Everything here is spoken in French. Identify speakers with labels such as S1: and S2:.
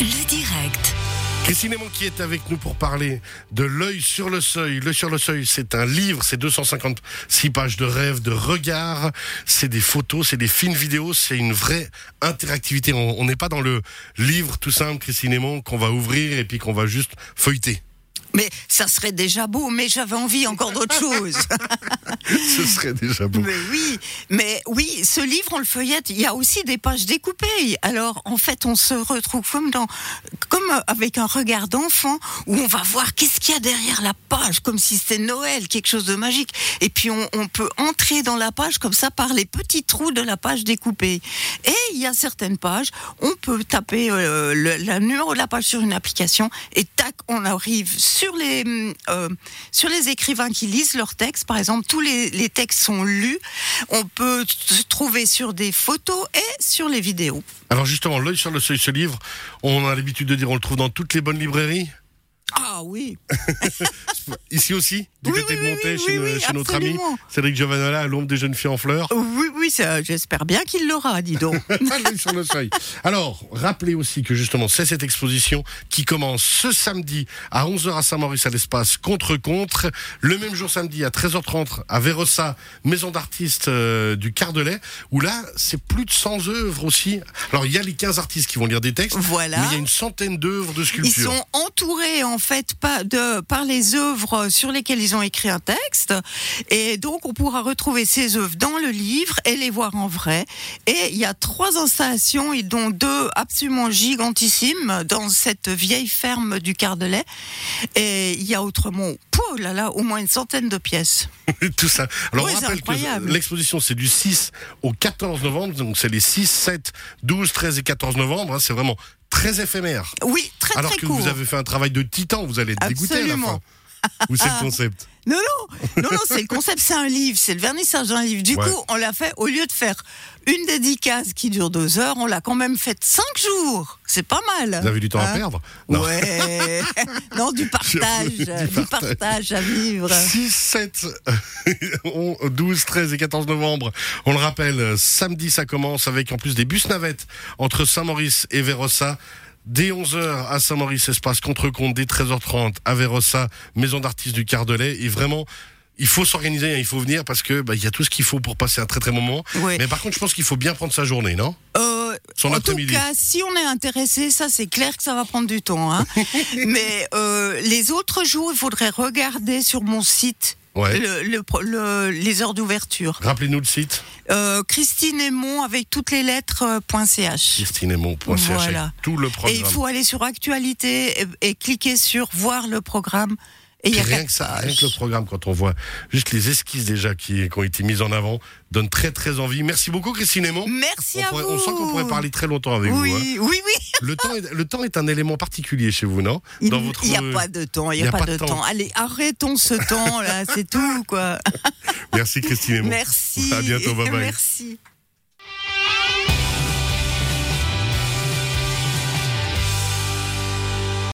S1: Le direct.
S2: Christine Aymon qui est avec nous pour parler de L'œil sur le seuil. L'œil sur le seuil, c'est un livre, c'est 256 pages de rêves, de regards, c'est des photos, c'est des fines vidéos, c'est une vraie interactivité. On on n'est pas dans le livre tout simple, Christine Aymon, qu'on va ouvrir et puis qu'on va juste feuilleter.
S3: Mais ça serait déjà beau, mais j'avais envie encore d'autre chose.
S2: Ce serait déjà beau.
S3: mais oui, mais oui, ce livre, on le feuillette, il y a aussi des pages découpées. Alors, en fait, on se retrouve comme, dans, comme euh, avec un regard d'enfant où on va voir qu'est-ce qu'il y a derrière la page, comme si c'était Noël, quelque chose de magique. Et puis, on, on peut entrer dans la page comme ça par les petits trous de la page découpée. Et il y a certaines pages, on peut taper euh, le, le numéro de la page sur une application et tac, on arrive sur les, hum, euh, sur les écrivains qui lisent leurs textes. Par exemple, tous les, les textes sont lus. On peut se trouver sur des photos et sur les vidéos.
S2: Alors justement, L'œil sur le seuil, ce livre, on a l'habitude de dire, on le trouve dans toutes les bonnes librairies.
S3: Ah oui,
S2: Ici aussi, du
S3: Oui,
S2: côté
S3: oui,
S2: de
S3: oui,
S2: Montaigne,
S3: oui,
S2: chez,
S3: oui, oui,
S2: chez notre ami
S3: absolument.
S2: Cédric Giovanola, à l'ombre des jeunes filles en fleurs.
S3: oui, oui, ça, j'espère bien qu'il l'aura, dis donc.
S2: Pas de ligne sur le seuil. Alors, rappelez aussi que justement, c'est cette exposition qui commence ce samedi à 11h à Saint-Maurice à l'espace Contre-Contre. Le même jour samedi à 13h30 à Vérossa, maison d'artistes euh, du Cardelet, où là, c'est plus de 100 œuvres aussi. Alors, il y a les 15 artistes qui vont lire des textes,
S3: Voilà.
S2: mais il y a une centaine d'œuvres de
S3: Ils
S2: sculptures.
S3: sont entourés en fait par, de, par les œuvres sur lesquelles ils ont écrit un texte et donc on pourra retrouver ces œuvres dans le livre et les voir en vrai. Et il y a trois installations et dont deux absolument gigantissimes dans cette vieille ferme du Cardelet. Et il y a autrement, oh là là, au moins une centaine de pièces.
S2: tout ça. Alors
S3: Oui,
S2: on
S3: c'est
S2: rappelle que
S3: incroyable.
S2: l'exposition c'est du 6 au 14 novembre, donc c'est les 6, 7, 12, 13 et 14 novembre, hein, c'est vraiment très éphémère.
S3: Oui, très
S2: Alors
S3: très
S2: que
S3: court.
S2: vous avez fait un travail de titan, vous allez être dégoûté à la fin.
S3: Absolument.
S2: Ou c'est le concept
S3: Non, non, non, non, c'est le concept, c'est un livre, c'est le vernissage d'un livre. Du
S2: Ouais.
S3: coup, on l'a fait, au lieu de faire une dédicace qui dure deux heures, on l'a quand même faite cinq jours. C'est pas mal.
S2: Vous avez du temps à
S3: Hein
S2: perdre
S3: Ouais. non, du partage,
S2: J'avoue, du
S3: du partage. à vivre.
S2: 6, 7, 12, 13 et 14 novembre. On le rappelle, euh, samedi ça commence avec en plus des bus navettes entre Saint-Maurice et Vérossa. Dès 11h à Saint-Maurice, espace contre-compte, dès 13h30 à Vérossa, maison d'artistes du Cardelet. Et vraiment, il faut s'organiser, hein, il faut venir parce que bah, il y a tout ce qu'il faut pour passer un très très bon moment.
S3: Ouais.
S2: Mais par contre, je pense qu'il faut bien prendre sa journée, non
S3: Euh,
S2: Son
S3: en tout
S2: après-midi.
S3: cas, si on est intéressé, ça c'est clair que ça va prendre du temps. hein. Mais euh, les autres jours, il faudrait regarder sur mon site
S2: Ouais.
S3: le- le pro- le- les heures d'ouverture.
S2: Rappelez-nous le site.
S3: Euh, Christine Aymon avec toutes les lettres euh, .ch.
S2: christinemont.ch
S3: Voilà.
S2: avec tout le
S3: Et
S2: programme.
S3: il faut aller sur actualité et, et cliquer sur voir le programme. Et il y
S2: Puis rien
S3: a quatre
S2: que ça,
S3: pages.
S2: rien que le programme, quand on voit juste les esquisses déjà qui, qui ont été mises en avant, donne très très envie. Merci beaucoup Christine Aymon.
S3: Merci
S2: On,
S3: à
S2: pourrait-
S3: vous.
S2: on sent qu'on pourrait parler très longtemps avec vous. hein.
S3: Oui, oui, oui.
S2: Le, temps est, le temps est un élément particulier chez vous, non
S3: Il
S2: Dans votre- euh,
S3: n'y a pas de temps, il n'y a, pas, de temps. Allez, arrêtons ce temps là, c'est tout quoi.
S2: Merci Christine Aymon.
S3: Merci.
S2: À bientôt, bye bye.
S3: Merci.